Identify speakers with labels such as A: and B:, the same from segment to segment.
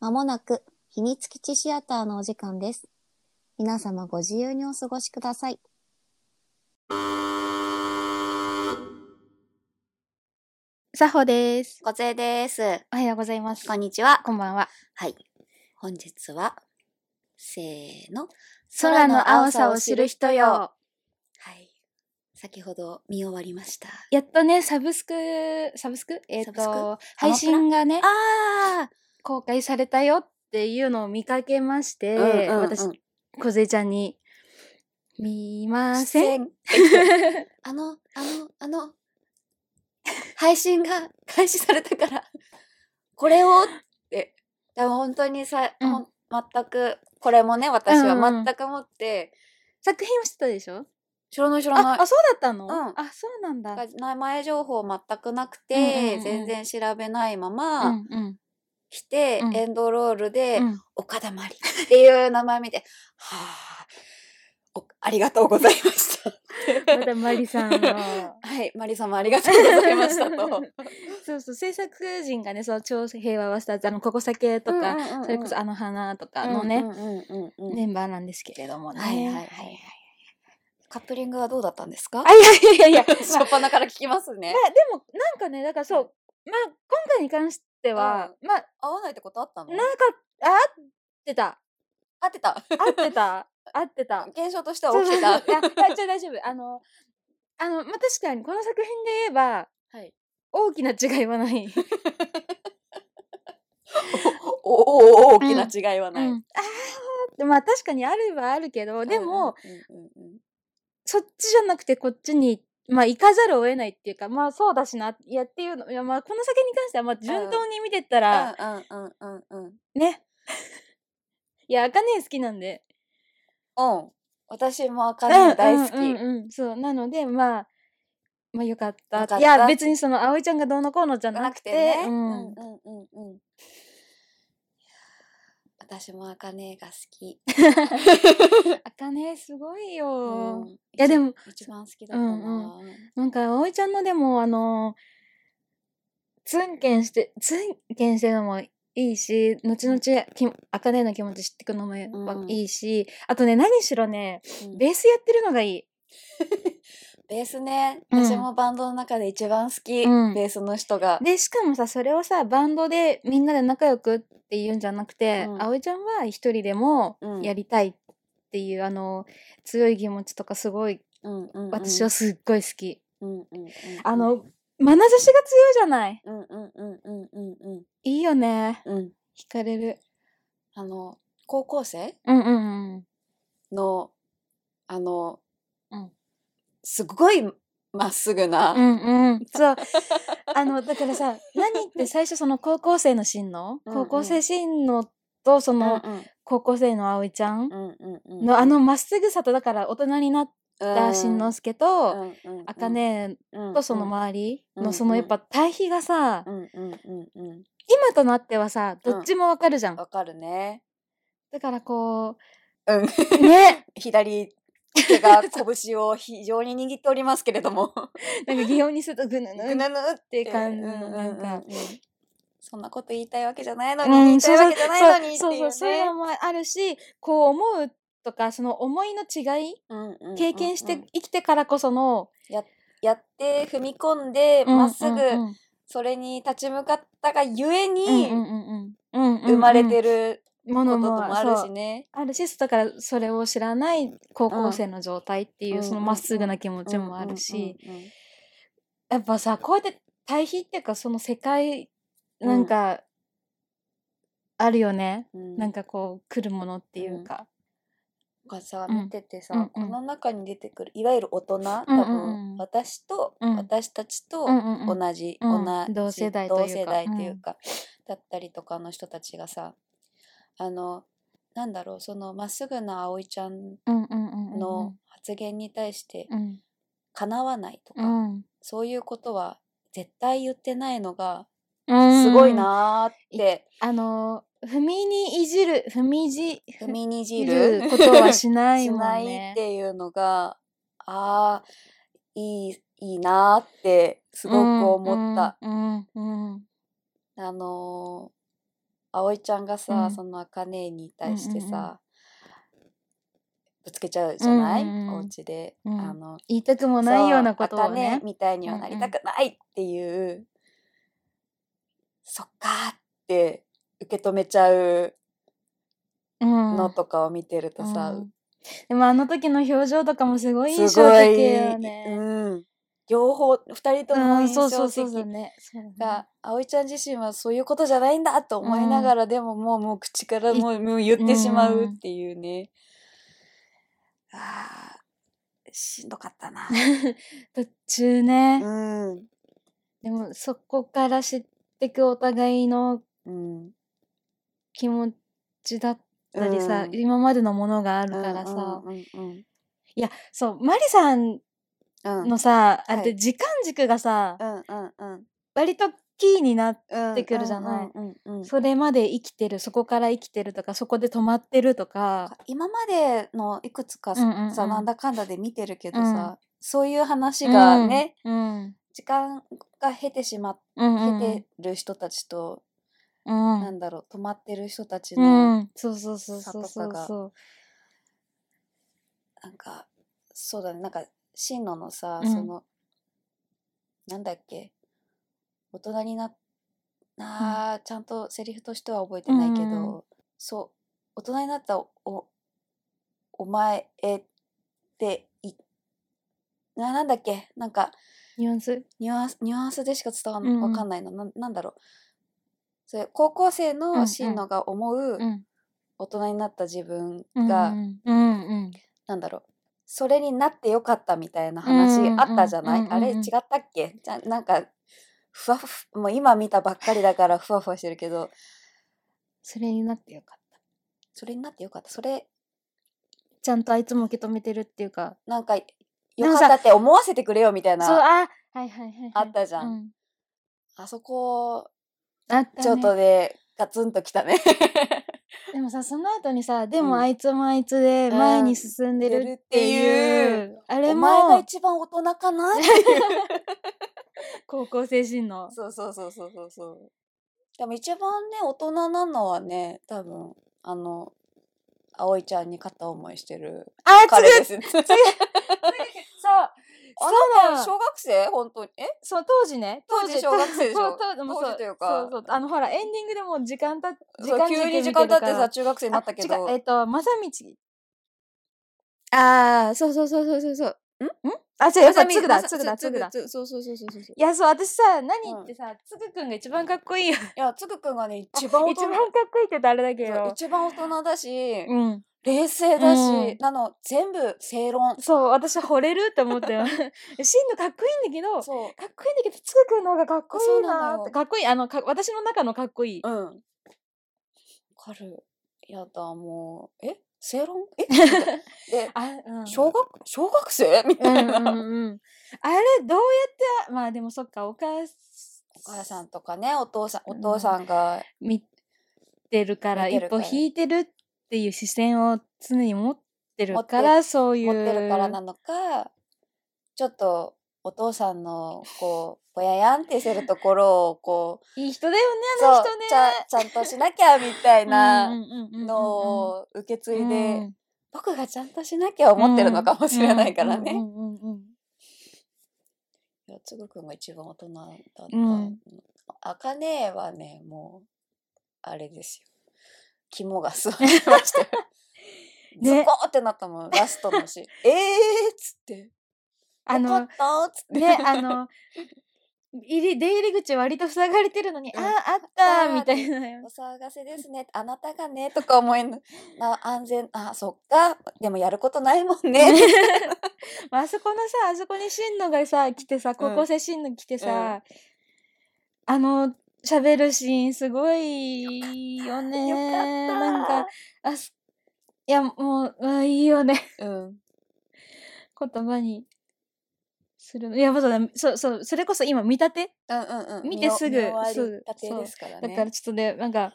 A: まもなく秘密基地シアターのお時間です。皆様ご自由にお過ごしください。
B: さほです。
C: 小杖です。
B: おはようございます。
C: こんにちは。
B: こんばんは。
C: はい。本日は、せーの。
B: 空の青さを知る人よ。
C: はい。先ほど見終わりました。
B: やっとね、サブスク、サブスクえっ、
C: サ
B: と、
C: アマプラ
B: 配信がね、
C: あ
B: 公開されたよっていうのを見かけまして、私、小杉ちゃんに、見ま
C: 私、
B: せん。
C: ん。あの、あの、あの、配信が開始されたから、これをって、でも本当にさ、
B: うん
C: ほん全く、これもね、私は
B: うんうん
C: 全くもって、
B: 作品を知ってたでしょ
C: 知らない知らない
B: あ。あ、そうだったの、
C: うん
B: あ、そうなんだ。
C: が名前情報全くなくて、
B: うんうんうん
C: 全然調べないま
B: う
C: ま
B: んうん。
C: 来て、
B: うん
C: エンドロールで、
B: うん
C: 岡田まりっていう名前見て、はあ、おありがとうございま した。。
B: まだマリさんの
C: はい、まり様ありがとうございましたと。
B: そうそう、制作人がね、そう、超平和はスターズ、あの、ここ酒とか、それこそあの花とかのね、
C: うんうんうんうんうん
B: メンバーなんですけれどもね。
C: はいはいはいはい。カップリングはどうだったんですか
B: あ、いやいやいやいや、まあ、
C: 初っ端から聞きますね
B: ま。あでも、なんかね、だからそう、まあ、今回に関しては、まあ、
C: 合わないってことあったの
B: なんか、あ合ってた。
C: 合ってた。
B: 合ってた。合っ てた。
C: 現象としては起きてた。
B: そう そうそういや、大丈夫、大丈夫。あの、あの、まあ、確かに、この作品で言えば、
C: はい
B: 大きな違い はない。
C: おおお
B: うん
C: 大きな違いは
B: う
C: ない。
B: ん、あーでまあ、確かにあるはあるけど、でも、
C: うんうんうんうん、
B: そっちじゃなくてこっちに、まあ、行かざるを得ないっていうか、まあ、そうだしな、いやっていうの、いや、まあ、この先に関しては、まあ、順当に見てったら、
C: うんうんうんうん
B: ね。 いや、あかね好きなんで。
C: うん。うん。私もあかね大好き。
B: うんうんうんうんそう、なので、まあ、まあ、よかった。
C: よかった
B: いや、別にその、葵ちゃんがどうのこうのじゃな
C: な
B: く
C: くて
B: て、
C: ね。
B: う
C: うんう
B: ん
C: んうんうん。私もあかねが好き。
B: あかねすごいよ。
C: うん
B: いや、でも、
C: 一番好きだったな。
B: うんなんか、葵ちゃんのでも、あの、ツンケンして、ツンケンしてるのもいいし、後々き、あかねの気持ち知ってくのもやっぱ
C: うん
B: いいし、あとね、何しろね、
C: うんベ
B: ベースやってるのがいい。
C: ースね、
B: うん
C: 私もバンドの中で一番好き。
B: うん
C: ベースの人が。
B: で、しかもさ、それをさ、バンドでみんなで仲良くっていうんじゃなくて、
C: うん
B: 葵ちゃんは一人でも
C: うん
B: やりたいっていう、あの、強い気持ちとかすごい、
C: うんうんうん
B: 私は、すっごい好き。
C: うんうんうん、
B: あの、眼差しが強いじゃない。
C: うんうんうんうんうんうん
B: いいよね。
C: うん。
B: 惹かれる。
C: あの、高校生
B: うんうんうん。
C: の、あの、
B: うん
C: すごいまっすぐな、
B: うんうん。 そう。あの、だか らさ、何って最初その高校生の進路
C: うん
B: 高校生進路とその
C: う
B: 高校生の葵ちゃん
C: んうんうんうん
B: のあのまっすぐさとだから大人になった進之介と、あかねとその周り
C: う
B: の
C: ん
B: そのやっぱ対比がさ
C: う、んうんうんうん
B: 今となってはさ、どっちもわかるじゃん。
C: わかるね
B: だからこ
C: うん
B: う、ね、
C: 左手が拳を 非常に握っておりますけれども
B: なんか擬音にするとぐぬぬ
C: ぐぬぬっ
B: って感じのなんか
C: ううううんそんなこと言いたいわけじゃないのに、
B: う
C: 言
B: ん、
C: いた
B: そう
C: い
B: そ
C: わ
B: う
C: けじゃないのにって
B: そう
C: い
B: そううそういうの
C: ね
B: もあるしこう思うとかその思いの違い
C: うんうんうんうん
B: 経験して生きてからこその
C: やって踏み込んでまっすぐ
B: うんうん
C: それに立ち向かったがゆえ
B: うん
C: に
B: うんうんうんうんうん
C: 生まれてる
B: も
C: こと
B: の
C: と
B: も
C: もあるし
B: そう
C: ね。
B: あるしそうだからそれを知らない高校生の状態っていううんそのまっすぐな気持ちもあるしやっぱさこうやって対比っていうかその世界なんかあるよね
C: うんうんうんうん、
B: なんかこう来るものっていうか
C: がさ
B: うん
C: 見ててさ、
B: うんうん
C: この中に出てくるいわゆる大人多
B: うん
C: 分、
B: うん
C: 私と、
B: うん
C: 私たちと
B: うんうんうん
C: 同じ、
B: うん
C: 同じ
B: 同世代というか
C: 同世代っていう
B: うん
C: かだったりとかの人たちがさあのなんだろうそのまっすぐな葵ちゃん
B: うんうんうんうん
C: の発言に対して
B: うん
C: かなわないとか、
B: うん
C: そういうことは絶対言ってないのが
B: す
C: すごいなーって、
B: あのー、踏みにいじる、踏みじ、
C: 踏みにじ
B: い
C: る
B: ることはしない
C: し
B: もん
C: ない
B: ね。
C: っていうのが、ああ、いい、いいなーってすごく思った。
B: うん。うん。うん。
C: あの葵ちゃんがさ、
B: うん
C: その茜に対してさ、
B: うんうんう
C: ぶつけちゃうじゃない、
B: うんうんうん
C: お家で、
B: うん
C: あの
B: 言いたくもないようなこと
C: そ
B: を
C: 茜
B: ね。
C: みたいにはなりたくないっていう、そっかーって受け止めちゃう
B: うん
C: のとかを見てるとさ、
B: うんでもあの時の表情とかもすごい印
C: す
B: 象
C: ご
B: 的
C: い、
B: よね。
C: うん、両方2人とも
B: うん、
C: 印
B: そうそ
C: 象
B: うそうそう
C: 的
B: ね。そうだね
C: が葵ちゃん自身はそういうことじゃないんだと思いながら、でももうもう口から
B: い
C: もうもう言ってしま
B: ん
C: う
B: う
C: うんっていうね、あーしんどかったな
B: 途中ね、
C: うん、
B: でもそこから知ってくお互いの
C: うん、
B: 気持ちだったりさ、今までのものがあるからさ、
C: うんうん
B: いやそうマリさん
C: うんうん
B: のさ、あれっ
C: は
B: て
C: い
B: 時間軸がさ、
C: うんうんうん
B: 割とキーになっ
C: うん
B: てくるじゃない
C: うんうんうんうん
B: それまで生きてるそこから生きてるとかそこで止まってるとか
C: 今までのいくつかさ,、
B: うんうんうん
C: なんだかんだで見てるけど
B: う
C: さ、そういう話がね、、
B: うん
C: 時間が経てしまっ
B: うんうん
C: 経てる人たちと、
B: うん
C: なんだろう止まってる人たちの、
B: うん、そうそうそう
C: 差
B: そ
C: と
B: う
C: か
B: そう
C: が
B: そう
C: なんかそうだねなんか進路のさ、
B: うん
C: そのなんだっけ大人にななあ、ちゃんとセリフとしては覚えてないけど、
B: うんう
C: そう大人になったおおお前へっていななんだっけなんか
B: ニュアンス
C: ニュアンスニュアンスでしか伝わん、
B: うんうん
C: わかんないのななんだろうそれ高校生
B: うんう
C: の
B: ん
C: 進路が思う
B: うん
C: 大人になった自分
B: うん
C: が、
B: うんうんうん
C: なんだろうそれになってよかったみたいな話
B: うんうん
C: あったじゃない、
B: うんうんうん
C: あれ違ったっけじゃなんかふわふもう今見たばっかりだからふわふわしてるけど
B: それになってよかった
C: それになってよかったそれ
B: ちゃんとあいつも受け止めてるっていうか
C: なんかよ
B: なん
C: か
B: か
C: っ
B: さ
C: たって思わせてくれよみたい
B: そう
C: な
B: あはいはいはい、はい、
C: あったじゃん
B: うん
C: あそこ
B: あったね
C: ちょっとでガツンときたね。
B: でもさその後にさで
C: う
B: も
C: ん
B: あいつもあいつで
C: うん
B: 前に進んで
C: 出る
B: る
C: っ
B: ってて
C: いう
B: いう、あれ
C: お前が
B: も
C: 一番大人かな
B: 高校生進の
C: そうそうそうそうそうそう。でも一番ね大人なのはね多分あの葵ちゃんに片思いしてる
B: あ
C: 彼
B: 違
C: で
B: う
C: す。
B: そう
C: あ
B: そう
C: な
B: な
C: た
B: の
C: 小学生本当にえ
B: その当時ね
C: 当時小学生でしょ
B: そう当時も
C: 当時というか
B: そうそうあのほらエンディングでもう時間た時
C: そう
B: 間
C: 急
B: 軸
C: に
B: 見
C: 時
B: る
C: 間経って
B: から
C: さ中学生になったけ
B: あ違うえ
C: ど
B: っ、と正道
C: ああそうそうそうそうそうそう
B: あ違うやっぱつぐだつぐだつ
C: つ
B: ぐ
C: ぐ
B: だ
C: そうそうそうそうそうそう
B: いやそう私さ何
C: うん
B: 言ってさつぐくんが一番かっこいいよ
C: いやつぐくんがね一番大
B: 一
C: 人
B: 番かっこいいって言うとあれだけ
C: そう
B: ど
C: 一番大人だし
B: うん
C: 冷静だし、
B: うん
C: なの全部正論
B: そう私惚れるって思っ たよシンのかっこいいんだけどかっ
C: そ
B: こいいんだけどつぐくんの方がかっこいいなーっ
C: そ
B: て
C: うなのよ
B: かっこいいあのか私の中のかっこいいう
C: うんわかるやだもうえ正論 えで
B: あうん
C: 小学小学生みたいな、
B: うんうんうん、あれどうやってまあでもそっかお母
C: お母さんとかねお父さんお父さんが、
B: 見てるから
C: 見てる
B: 一
C: か
B: 歩
C: ら
B: 引いてるっていう視線を常に持ってるか
C: 持
B: らそうい
C: 持
B: う
C: ってるからなのかちょっとお父さんのこうぼややんってするところをこう
B: いい人だよねあ
C: そ
B: の
C: う
B: 人ね
C: ちゃちゃんとしなきゃみたい
B: うん
C: な
B: うんうんうんうん
C: のを受け継いで、
B: うん
C: 僕がちゃんとしなきゃ思ってるのかもしれないからね。
B: う
C: い
B: んうんうんうん
C: やつぐくんが一番大人だった。
B: うん
C: あかねはねもうあれですよ肝が据わってま したよ。
B: ね
C: ズコーってなったもんラストのシーン えーっつって。
B: あ
C: よかっ
B: の
C: たーっつって。
B: ねあの入り出入り口割と塞がれてるのに、
C: うん
B: ああった
C: あ
B: ー
C: っ
B: み
C: た
B: た
C: ー
B: いなよ
C: お騒がせですね。あなたがね、とか思えな、な安全、あ、そっか。でもやることないもんね。
B: まああそこのさあそこに進路がさ来てさ高校生進路来てさ、あの喋るシーンすごいよね
C: よかった
B: なんかあすいやもうあいいよね
C: うん。
B: 言葉にするのいやまだねそうそうそれこそ今見立て
C: うんうんうん。
B: 見てすぐ
C: 見終わ
B: す
C: り
B: ぐ
C: たてですから
B: だ
C: ね。
B: からちょっとねなんか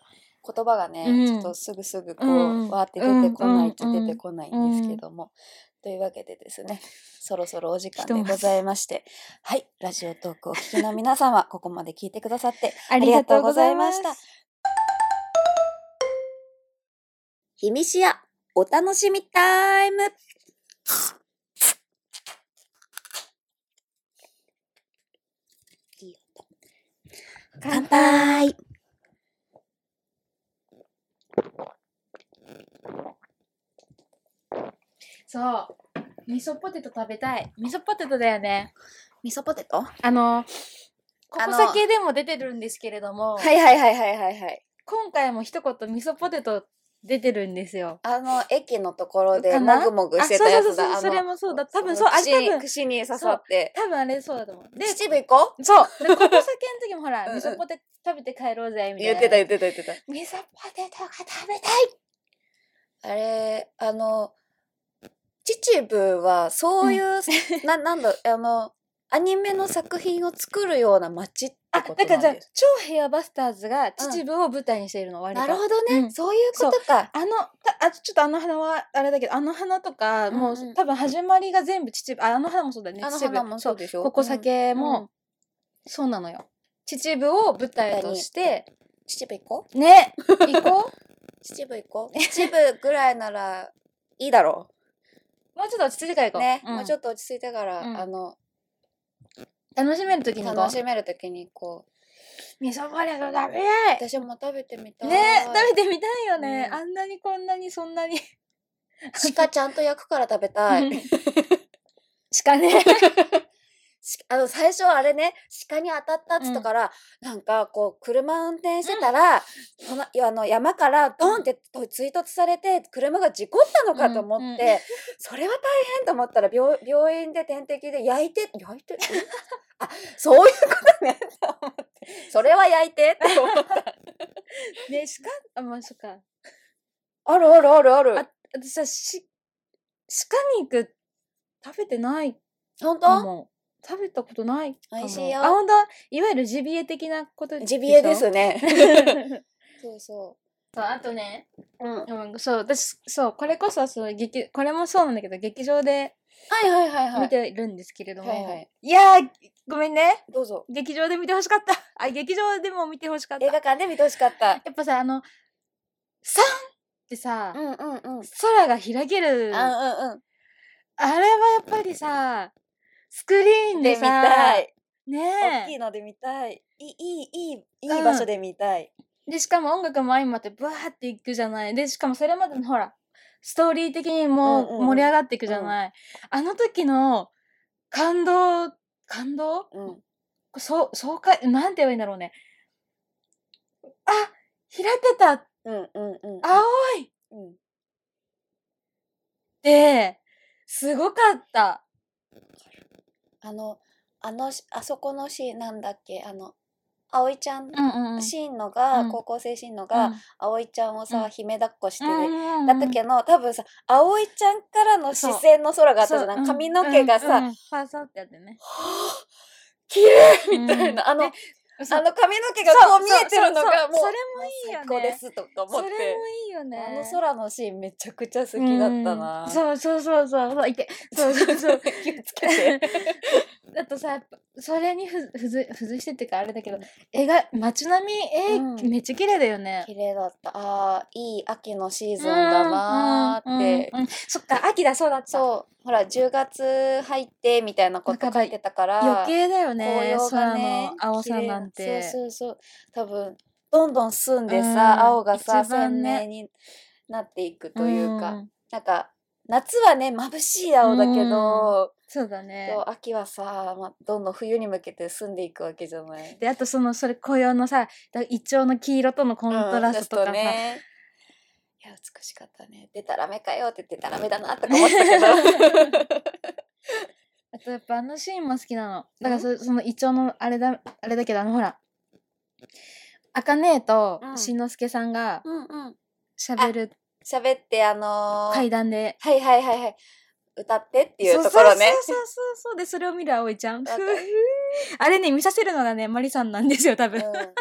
C: 言葉がね、
B: うん
C: ちょっとすぐすぐこう、
B: うん
C: わーって出てこないっちゃ
B: うん
C: 出てこないんですけども、というわけでですねそろそろお時間でございましてはいラジオトー クをお聞きの皆様ここまで聞いてくださって
B: あ
C: り
B: り
C: が
B: が
C: と
B: と
C: う
B: う
C: ご
B: ご
C: ざ
B: ざ
C: い
B: い
C: ま
B: ま
C: し
B: したた。
C: ひみしや、お楽しみタイムいい音乾杯
B: そう。味噌ポテト食べたい。味噌ポテトだよね。
C: 味噌ポテトは
B: あの、こ
C: あ
B: こ
C: の
B: 酒でも出てるんですけれども、
C: いはいはいはいはいはい。
B: 今回も一言味噌ポテト出てるんですよ。
C: あの、駅のところで
B: かな
C: もぐもぐ
B: あ、
C: し
B: そ
C: てた
B: うそ
C: や
B: うそう
C: つ
B: そ
C: だ。
B: う、それもそうだ。多分そう、
C: あ
B: あ
C: の
B: れ多
C: 串
B: 分、
C: 串に刺さって。
B: 多分あれそうだと思う。 で、
C: 秩父行こう
B: そう。で、ここ酒の時もほら、
C: うんうん
B: 味噌ポテト食べて帰ろうぜ、みた
C: 言
B: い
C: っ
B: な。
C: てた言ってた言ってた。
B: 味噌ポテトが食べた
C: あれ、あの、秩父はそういう、な、なんだ、あの、アニメの作品を作るような街って
B: あ、
C: こと
B: だ
C: な
B: からじゃあ
C: んです。、
B: 超ヘアバスターズが秩父を舞台にしているの、割と。
C: なるほどね、
B: うん
C: そういうことか。
B: あの、たあちょっとあの花は、あれだけど、あの花とか、もう、
C: うんうん
B: 多分始まりが全部秩父、ああの花もそうだよね、
C: あの
B: 秩
C: 花
B: 父。
C: も
B: そ
C: そう
B: う、
C: でしょ
B: ここ
C: うん
B: 酒も、
C: うん
B: そうなのよ。秩父を舞台として、
C: 秩父行こう
B: ね、行こう
C: 秩父行こう 秩父ぐらいならいいだろ
B: もうちょっと落ち着いてから行
C: う。
B: こう。
C: ね、
B: ん
C: もうちょっと落ち着いてから、
B: うん
C: あの、
B: 楽しめるときに行こ
C: 楽しめるときに行こう。
B: う。味噌ポテト食べたい
C: 私も食べてみたい。
B: ね、食べてみたいよね。
C: うん
B: あんなにこんなにそんなに。
C: 鹿ちゃんと焼くから食べたい。
B: 鹿 ね。
C: しあの最初あれね鹿に当たったっつったから、なんかこう車運転してたら、そのいやあの山からドンってと追突されて車が事故ったのかと思って、
B: うんうん
C: それは大変と思ったら病病院で点滴で焼いて焼いてん あそういうことねと思ってそれは焼いてって思 った
B: ね、鹿あ、まあ、そっか。
C: あるあるあるある
B: あ私さ、し、鹿肉食べてない
C: 本
B: か
C: 当
B: も。食べたことないかも。
C: 美味しいよ
B: あ、ほんといわゆるジビエ的なこと
C: ジビエで
B: し
C: すね
B: ょ
C: そうそ
B: そう、あとね、
C: う、うん、はい
B: うん、そう、私、そう、これこそ、そう、劇、これもそうなんだけど、劇場で
C: はいはいは
B: 見
C: い
B: てるんですけれども、
C: はいはい
B: やー、ごめんね。
C: どうぞ
B: 劇場で見てほしかった。 あ、劇場でも見てほしかった。
C: 映画館で見てほしかった
B: やっぱさ、あの、サンってさ、
C: うんうんうん
B: 空が開ける。あ
C: あうんうん
B: れはやっぱりさ、スクリーン
C: で見
B: でさ、
C: たい。大きい
B: ね
C: ので見たい。いい、いい、いい、
B: うん
C: いい場所で見たい。
B: え。で、しかも音楽も相まってブワーっていくじゃない。で、しかもそれまでのほら、ストーリー的に
C: うんうん
B: も
C: うん
B: 盛り上がっていくじゃない。あの時の感動、感動
C: うん。
B: そう、爽快、なんて言えばいいんだろうね。あ開けた
C: うん、うん、うん。
B: 青いっ
C: うん。
B: て、すごかった。
C: あの、あのし、あそこのシーンなんだっけ、あの、葵ちゃん、
B: んうんうん
C: シーンのが、
B: うん
C: 高校生シーンのが、葵ちゃんを
B: う
C: さ、
B: ん
C: 姫抱っこして
B: うんうんうんうん
C: だったけど、多分さ、葵ちゃんからの視線の空があったじゃない髪の毛がさ、
B: ファーサーってやってね。
C: 綺麗みたいな、
B: うん
C: あの、
B: ね
C: あの髪の毛がこう見えてるのが、もう、
B: それもいいよ
C: 最高で
B: ね。
C: すとか思
B: そ
C: っ
B: れも
C: て。
B: いいよね。
C: あの空のシーンめちゃくちゃ好きだったな。
B: うんそうそうそうそうそういてそうそうそう
C: 気をつけて。
B: だとさやっぱそれにふずふず付随してっていうかあれだけど絵が街並み絵、
C: うん
B: めっちゃ綺麗だよね
C: 綺麗だった。ああ、いい秋のシーズンだなーって。
B: うんうんうんそっか秋だそうだった
C: そう、ほら、10月入ってみたいなこと書いてたから、
B: 余計だよね
C: 紅葉が
B: 空
C: ね
B: の、青さなん
C: 綺麗
B: て
C: そうそうそう。多分、どんどん澄んでさ、
B: うん
C: 青がさ、
B: 一番
C: 鮮
B: ね
C: 明になっていくというか、
B: ん
C: なんか、夏はね、眩しい青だけど、
B: そうだね
C: そう秋はさ、まあ、どんどん冬に向けて澄んでいくわけじゃない。
B: であとそのそれ紅葉のさだイチョウの黄色とのコントラストとかさ、
C: うんね、いや美しかったねでたらめかよって言って たらめだなとか思ったけど
B: あとやっぱあのシーンも好きなの。だからそそのイチョウのあれだ、あれだけど、あのほら、あかねえと
C: うん
B: しんのすけさんが
C: うんうん
B: しゃべる
C: 喋ってあのー
B: 階段で。
C: はいはいはいはい歌ってってい
B: そうう
C: ところね
B: そうそうそうそうそう。で、それを見る葵ちゃん。
C: わかる
B: あれね、見させるのがね、マリさんなんですよ、多分。
C: うん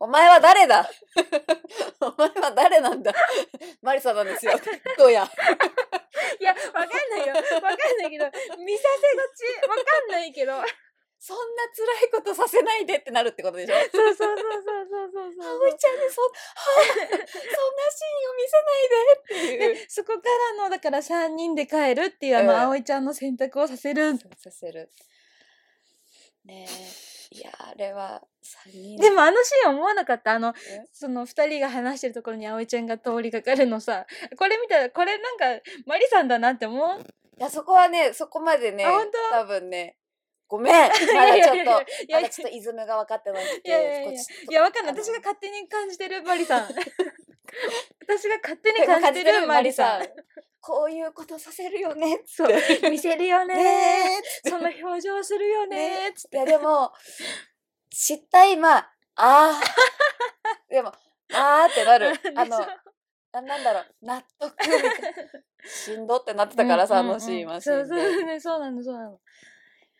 C: お前は誰だ お前は誰なんだ マリサなんですよどうや
B: いや、わかんないよ。わかんないけど、見させがち。わかんないけど。
C: そんな辛いことさせないでってなるってことでしょ葵ち
B: そうそうそうそうそうそう
C: ゃんにそはあそんなシーンを見せないでっていう
B: でそこからのだから3人で帰るっていうあ
C: うん
B: の葵ちゃんの選択をさせる
C: させるねえいやあれは3人
B: でもあのシーン思わなかったあの
C: え
B: その2人が話してるところに葵ちゃんが通りかかるのさこれ見たらこれなんかマリさんだなって思う
C: いやそこはねそこまでね
B: あ本
C: 多分ねごめんまだちょっと
B: いやいやいやいや
C: まだちょっとイズムが分かってなくて
B: いやいやいや
C: こっち
B: いやわかんない
C: あの
B: 私が勝手に感じてるマリ さん 私が勝手に
C: こっち
B: 感じてるマリさん
C: マリこういうことさせるよね
B: そう 見せるよね
C: ねえ
B: その表情するよねつっ
C: い
B: て
C: やでも失態まああ ーでもあーってなるあのななんだろう納得み たいなしんどってなってたからさ、
B: うんうんうん
C: あのシーンはしん
B: そう
C: どい
B: そうねそうなのそうなの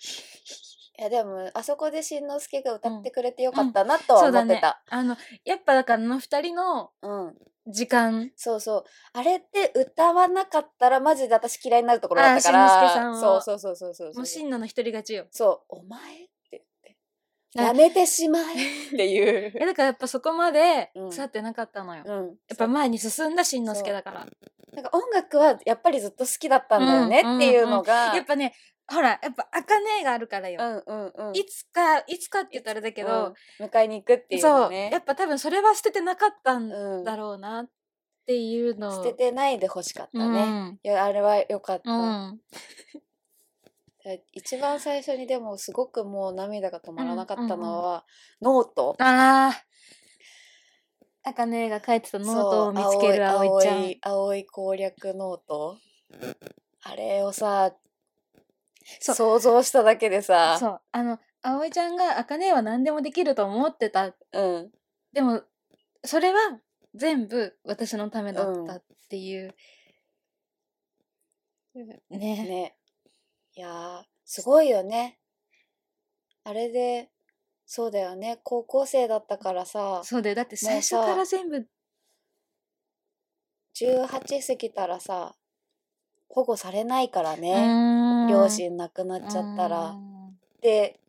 C: いやでもあそこでしんのすけが歌ってくれてよかったなとは
B: そう
C: 思っ
B: だね
C: てた、
B: あのやっぱだからあの二人の
C: うん
B: 時間
C: そうそうあれって歌わなかったらマジで私嫌いになるところだったか
B: あーしんの
C: ら
B: すけさんを
C: そうそうそうそうそうそ
B: も
C: う
B: う真のの独り勝ちよ
C: そうお前って言って
B: あ
C: やめてしまえっていう
B: えだからやっぱそこまで
C: うん
B: 腐ってなかったのよ、や
C: うん
B: っぱ前に進んだしんのすけだから
C: なんか音楽はやっぱりずっと好きだったんだよね
B: うん
C: っていうのが、
B: やっぱねほらやっぱ茜があるからよ、
C: うんうんうん
B: いつかいつかって言ったらあれだけど、
C: うん迎えに行くっていう
B: そ
C: の
B: う
C: ね
B: やっぱ多分それは捨ててなかったん
C: うん
B: だろうなっていうの
C: 捨ててないで欲しかったね、い
B: ね
C: やあれは良かった、
B: うん、
C: 一番最初にでもすごくもう涙が止まらなかったのは、ノート
B: ああ茜が書いてたノートを見つける
C: 青い
B: 葵ちゃん
C: 青い青い攻略ノートあれをさ
B: そう
C: 想像しただけでさ
B: そうあの葵ちゃんが茜は何でもできると思ってた
C: うん
B: でもそれは全部私のためだったっていう、ね
C: ねいやーすごいよねあれでそうだよね高校生だったからさ
B: そうだよだって最初
C: もうさ
B: から全部
C: 18過ぎたらさ保護されないから
B: う
C: ね、
B: ーん
C: 両親亡くなっちゃったら、
B: う
C: っ
B: ん
C: て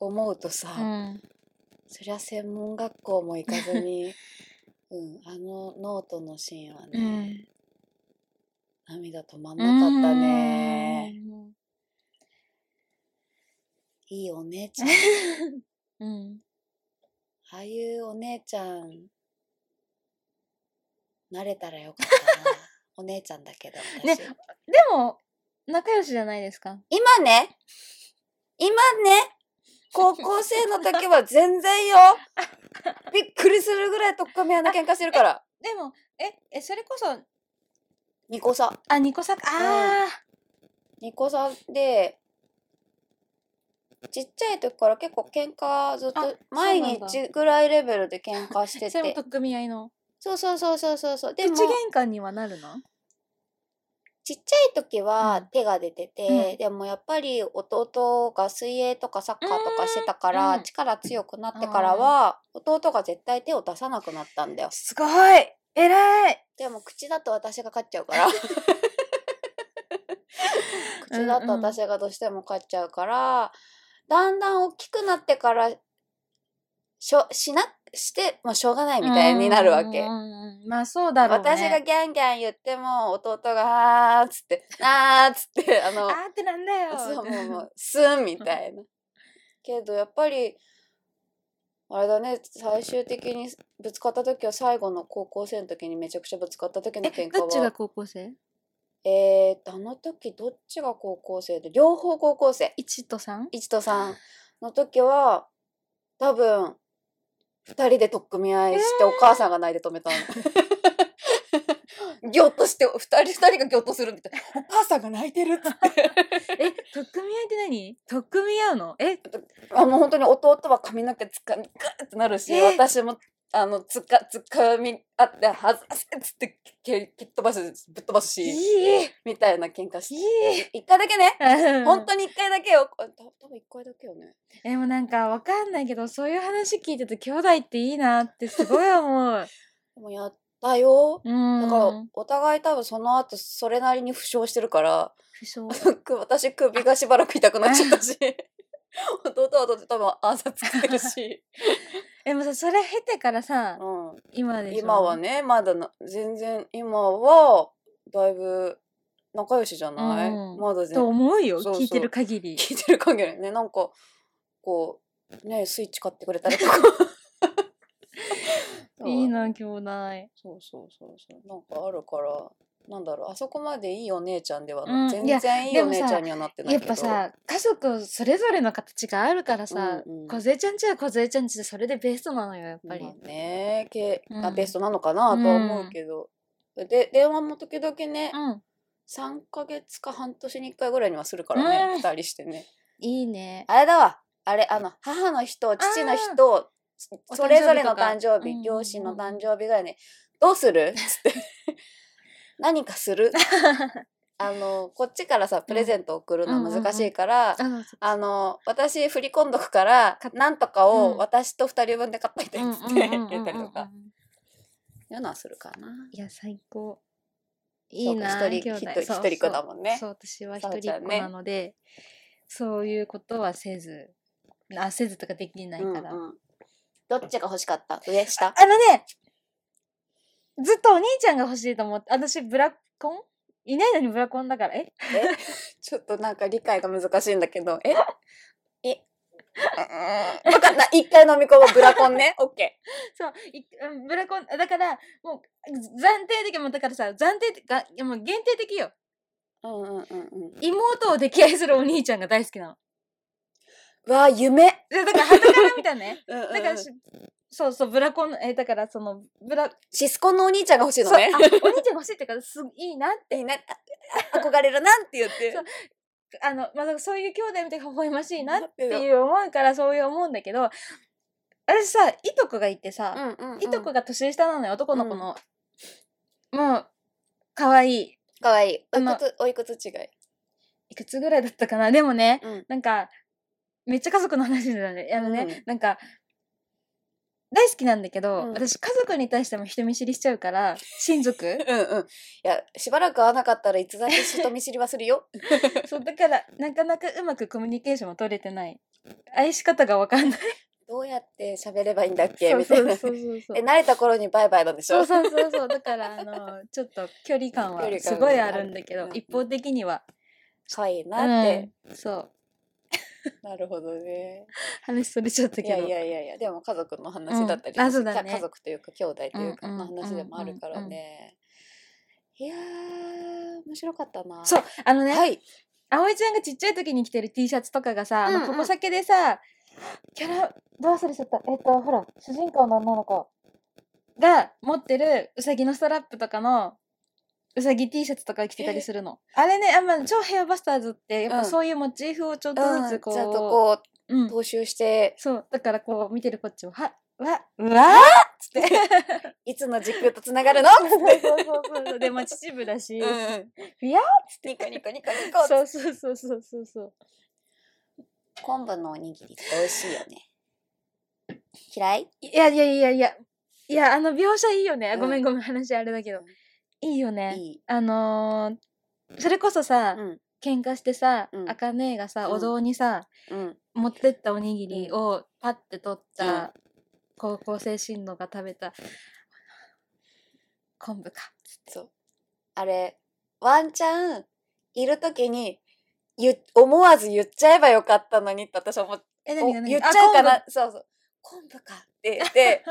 C: 思うとさ、
B: うん
C: そりゃ専門学校も行かず に、うん、あのノートのシーンは
B: う
C: ね、
B: ん
C: 涙止まんなかったね、
B: うん
C: いいお姉ちゃん
B: うん
C: ああいうお姉ちゃんなれたらよかった なお姉ちゃんだけど
B: ね
C: 私
B: でも仲良しじゃないですか
C: 今ね今ね高校生の時は全然よびっくりするぐらいとっかみあの喧嘩してるから
B: でもええそれこそ
C: ニコサ
B: あニコサあ
C: ニコさんでちっちゃい時から結構喧嘩ずっ
B: あ
C: と毎日ぐらいレベルで喧嘩し
B: ー
C: て
B: それも
C: て
B: 取っ組み合いの
C: そうそうそうそうそうそうで
B: 口
C: も
B: 喧嘩にはなるの
C: ちっちゃい時は手が出てて、でもやっぱり弟が水泳とかサッカーとかしてたか
B: う
C: ら
B: ん
C: 力強くなってからは弟が絶対手を出さなくなったんだよ
B: すごい偉い
C: でも口だと私が勝っちゃうから 口だと私がどうしても勝っちゃうから、だんだん大きくなってからしょしなしてもうしょうがないみたいになるわけ。
B: うんうんうんうんまあそうだろうね
C: 私がギャンギャン言っても弟が「あー」っつって「あー」っつってあの
B: あーってなんだよ
C: そうもうもうすんみたいな。けどやっぱりあれだね最終的にぶつかった時は最後の高校生の時にめちゃくちゃぶつかった時の
B: え
C: 喧嘩
B: どっちが
C: は
B: 高校生
C: えーっとあの時どっちが高校生で両方高校生
B: 一と 三
C: 一とさんの時は多分二人で取っ組み合いしてお母さんが泣いて止めたの。 ぎょっとして二人二人がぎょっとするみたいなお母さんが泣いてるっつって。
B: え取っ組み合いって何取っ組み合うのえ
C: あもう本当に弟は髪の毛つかみグーってなるし、
B: えー
C: 私もあのつかつかみあってはずあせっつって蹴蹴っ飛ばすぶっ飛ばす
B: い
C: し
B: い
C: みたいな喧嘩し
B: いい
C: て一回だけね本
B: 本
C: 当に一回だけよあた多分一回だけよね
B: でもなんかわかんないけどそういう話聞いてて兄弟っていいなってすごい思 う
C: でもやったよ
B: うん
C: だからお互い多分その後それなりに負傷してるから
B: 不詳
C: く私首がしばらく痛くなっちゃったし弟は弟で多分暗殺してる し、
B: でもさそれ経てからさ
C: うん、
B: 今でしょ
C: 今はねまだな全然今はだいぶ仲良しじゃない、
B: うん
C: まだ全
B: と思うよ
C: そうそう
B: 聞いてる限り
C: 聞いてる限りねなんかこうねスイッチ買ってくれた りとかそう
B: いいな兄弟
C: そうそうそうそうなんかあるからなんだろうあそこまでいいお姉ちゃんではな、
B: うん
C: 全
B: いや
C: 然いい
B: で
C: お
B: もさ
C: 姉ちゃんにはなってない
B: やっ
C: けど
B: ぱさ家族それぞれの形があるからさ
C: うんうん
B: 小杖ちゃんちは小杖ちゃんちでそれでベストなのよやっぱり
C: まあねけ、あ
B: うん
C: ベストなのかなとは思うけど、で電話も時々ね、
B: うん
C: 3ヶ月か半年に1回ぐらいにはするからね、
B: うん
C: 2人してね
B: いいね
C: あれだわあれあの母の日と父の日と
B: ー
C: それぞれの
B: お誕
C: 誕
B: 生日とか
C: 生
B: うん
C: 日
B: うんうん
C: 両親の誕生日ぐらいね「どうする?」っつって 「何かする? 」あのこっちからさプレゼント送るのは難しいから、
B: あそ
C: あの私振り込んどくから
B: 買っ
C: なんとか
B: う
C: を
B: ん
C: 私と2人分で買っといてっ
B: うん
C: つって
B: うんうんうんうん
C: やったりとかいうのはするかな。
B: いや最高いい
C: そう
B: な
C: か
B: 兄
C: 一人
B: 弟
C: 一人
B: そう
C: 一人っ子だもんね
B: そうそう私は
C: さ
B: 一
C: おち
B: 人
C: ゃ
B: っ
C: ん
B: 子
C: ね
B: なのでそういうことはせずあせずとかできないから、
C: うんうんどっちが欲しかった上下
B: あのね、ずっとお兄ちゃんが欲しいと思って、私ブラコンいないのにブラコンだから、え
C: えちょっとなんか理解が難しいんだけど、ええうん わかった。一回飲み込もう。ブラコンね。 オッケ
B: そう、いうんブラコン、だから、もう、暫定的もうだからさ、暫定的、がいやもう限定的よ。
C: ー。うんうんうんう
B: 妹を溺愛するお兄ちゃんが大好きなの。
C: ん。わあ、夢。
B: でだから、はたから見たね。
C: うんうん
B: だからし、そうそう、ブラコンの、え、だからその、ブラ、
C: シスコンのお兄ちゃんが欲しい
B: そ
C: の
B: うあ
C: ね。
B: お兄ちゃんが欲しいってから、すいいなって。
C: いいな、ああ憧れるなって言って
B: そう。あの、まあ、そういう兄弟見て微笑ましいなっ
C: だ
B: て
C: って
B: いう思うからそういう思うんだけど、私さ、いとこがいてさ、
C: うんうんうん
B: いとこが年下なのよ、男の子の。もう、可愛い
C: かわいい。お
B: あ
C: い
B: の
C: くつ、おいくつ違い。
B: いくつぐらいだったかな。でもね、
C: うん
B: なんか、めっちゃ家族の話だね。あのね、
C: うん
B: なんか、大好きなんだけ
C: う
B: ど、
C: ん
B: 私家族に対しても人見知りしちゃうから、親族
C: うんうん。いや、しばらく会わなかったらいつだって人見知りはするよ。
B: そう、だから、なかなかうまくコミュニケーションも取れてない。愛し方がわかんない。
C: どうやって喋ればいいんだっけ
B: そ
C: み
B: う
C: たい
B: そ
C: うな。
B: そうそうそ う
C: え、。慣れた頃にバイバイなんでし
B: そ
C: ょ
B: うそうそうそうだからあのちょっと距離感は
C: 距離感
B: す
C: は
B: ごいあるんだけ
C: あ
B: ど
C: る
B: 一方的には
C: かわいいなって。
B: うんそう
C: なるほどね。
B: 話それちゃったけ
C: い
B: ど
C: やいやいやいやでも家族の話だったり、
B: うんあそうだね
C: 家族というか兄弟というか
B: うんうん
C: の話でもあるからね、いやー面白かったな
B: そうあのね、
C: はい
B: 葵ちゃんがちっちゃい時に着てる T シャツとかがさ、あの
C: うんうん
B: ここ先でさキャラどうするしちゃったえっとほら主人公の女の子が持ってるうさぎのストラップとかのうさぎ T シャツとか着てたりするのあれねあ、まあ、超ヘアバスターズってやっ
C: うん
B: ぱそういうモチーフをちょっと
C: うん、ちゃ
B: ず
C: ん
B: つ
C: と
B: こう、
C: こ
B: う
C: うん踏襲して
B: そう、だからこう見てるこっちも、は、わ、うわ
C: つっていつの時空とつながるの
B: そうそうそうそう。で、まあ秩父だし、ふやーっつって
C: ニコニコニコニコ
B: そうそうそうそうそうそう。
C: 昆布のおにぎりって美味しいよね嫌い
B: いやいやいやいや、いや、あの描写いいよね。
C: うん
B: ごめんごめん、話あれだけど。いいよね。
C: いい、
B: あのー、それこそさ、
C: うん
B: 喧嘩してさ
C: う、ん
B: あかねがさ、
C: うん
B: お堂にさ、
C: うん、
B: 持ってったおにぎり
C: うん
B: をパッて取っ
C: うん
B: た高校生進路が食べた昆布か。
C: そうあれワンチャンいる時に言っ思わず言っちゃえばよかったのにって私は思っ
B: え、
C: お
B: 何が何
C: 言っち
B: が
C: ゃうか。
B: あ
C: なそうそう昆布かって言 って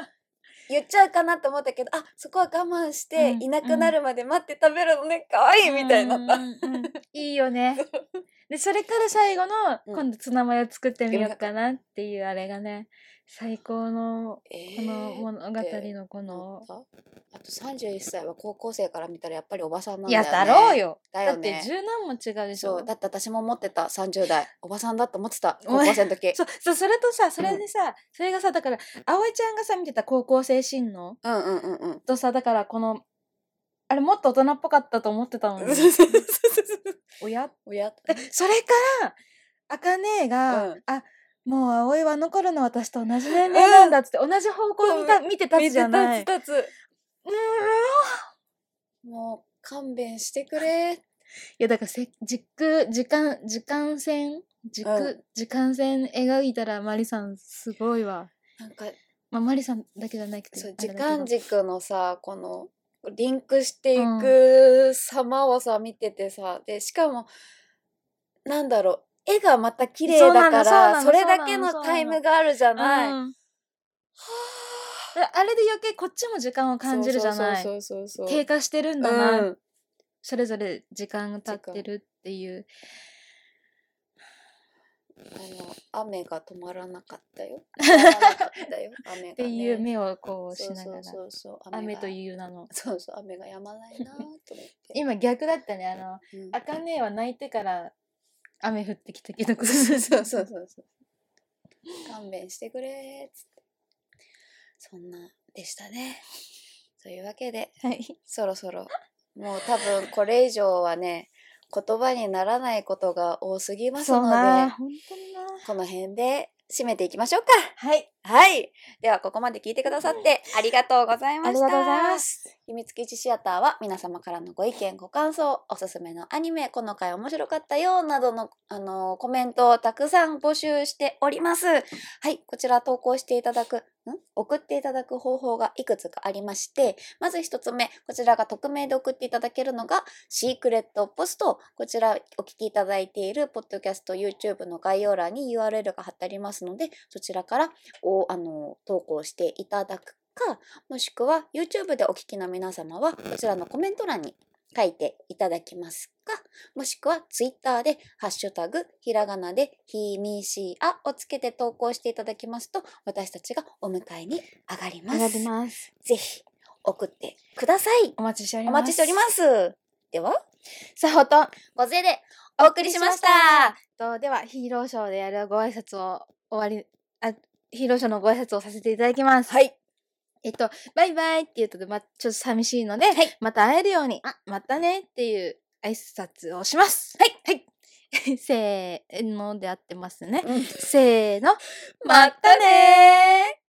C: 言っちゃうかなと思ったけどあそこは我慢して、
B: うん
C: いなくなるまで待って食べるのね可愛い みたいになった、
B: うんうんうんいい よね。で、それから最後の、
C: うん
B: 今度ツナマヨ作ってみようかなっていうあれがね、最高の、
C: え
B: こ
C: ー
B: の物語のこ
C: 思
B: の
C: っ、たあと31歳は高校生から見たらやっぱりおばさんなん
B: い
C: だよ
B: や、
C: ね
B: だろうよ。
C: だ
B: だ
C: よ
B: って
C: ね
B: 十何も違うでし
C: そ
B: ょ
C: う。だって私も思ってた30代おばさんだと思ってた
B: お
C: 高
B: 前
C: 校生の時
B: そう、そうそれとさ、それでさ、それがさ、だから、葵ちゃんがさ、見てた高校生進路
C: うんうんうんうん
B: とさ、だからこの、あれもっと大人っぽかったと思ってたの に、 親
C: 親
B: でそれから、あかねえが、
C: うん
B: あ、もう葵はあの頃の私と同じ年齢なんだっつって、同じ方向を見た、見てたつじゃない。
C: 立つ立
B: うんい
C: つもう勘弁してくれ
B: や、だからせ、時空、時間、時間線軸、時間線描いたらマリさんすごいわ。
C: なんか
B: まあ、マリさんだけじゃないけど。
C: そう
B: あれ
C: 時
B: だけど
C: 間軸のさこのリンクしていく様をさ見ててさでしかもなんだろう絵がまた綺麗だか
B: そうなの
C: ら
B: そ
C: そう
B: なの
C: れだけの
B: そうなの
C: タイムがあるじゃない。
B: うんあれで余計こっちも時間を感じるじゃない。
C: そうそうそうそう
B: 経過してるんだな、
C: うん
B: それぞれ時間が経ってるっていう。
C: あの雨が止まらなかったよ。止まらなかったよ雨が、ね。っ
B: っていう目をこうしながら。
C: そうそうそう
B: 雨と
C: う。
B: いう名の。
C: そうそう雨が止まないなと思 って。
B: 今逆だったね。あの、
C: うん
B: あかねは泣いてから雨降ってきたけ ど。
C: そうそうそうそうそう。勘弁してくれーっつって。そんなでしたね。というわけで、
B: はい。
C: そろそろ、もう多分これ以上はね、言葉にならないことが多すぎます
B: そう
C: の
B: な。
C: で、
B: 本当にな。
C: この辺で締めていきましょう
B: はい。
C: か。はい。では、ここまで聞いてくださってありがとうございました。
B: ありがとうございます。
C: 秘密基地シアターは皆様からのご意見ご感想おすすめのアニメこの回面白かったよなどの、あのーコメントをたくさん募集しておりますはいこちら投稿していただくん送っていただく方法がいくつかありましてまず一つ目こちらが匿名で送っていただけるのがシークレットポストこちらお聞きいただいているポッドキャスト YouTube の概要欄に URL が貼ってありますのでそちらからお、あのー投稿していただくかもしくは YouTube でお聞きの皆様はこちらのコメント欄に書いていただきますかもしくは Twitter で「ハッシュタグひらがなでひみしあ」をつけて投稿していただきますと私たちがお迎えに上がります。
B: 上がります。
C: ぜひ送ってください。
B: お待ちしており
C: お
B: ます。。
C: 待ちしておりますす。では、
B: さほとん。
C: ご勢でお送りしました。
B: とではヒーローショーでやるご挨拶を終わりあヒーローショーのご挨拶をさせていただきます。
C: はい。
B: えっとバイバイって言うとまちょっと寂しいので、
C: はい
B: また会えるようにまたねっていう挨拶をします。
C: はい
B: はい。 せーので合ってますね。
C: うん
B: せーの。
C: またねー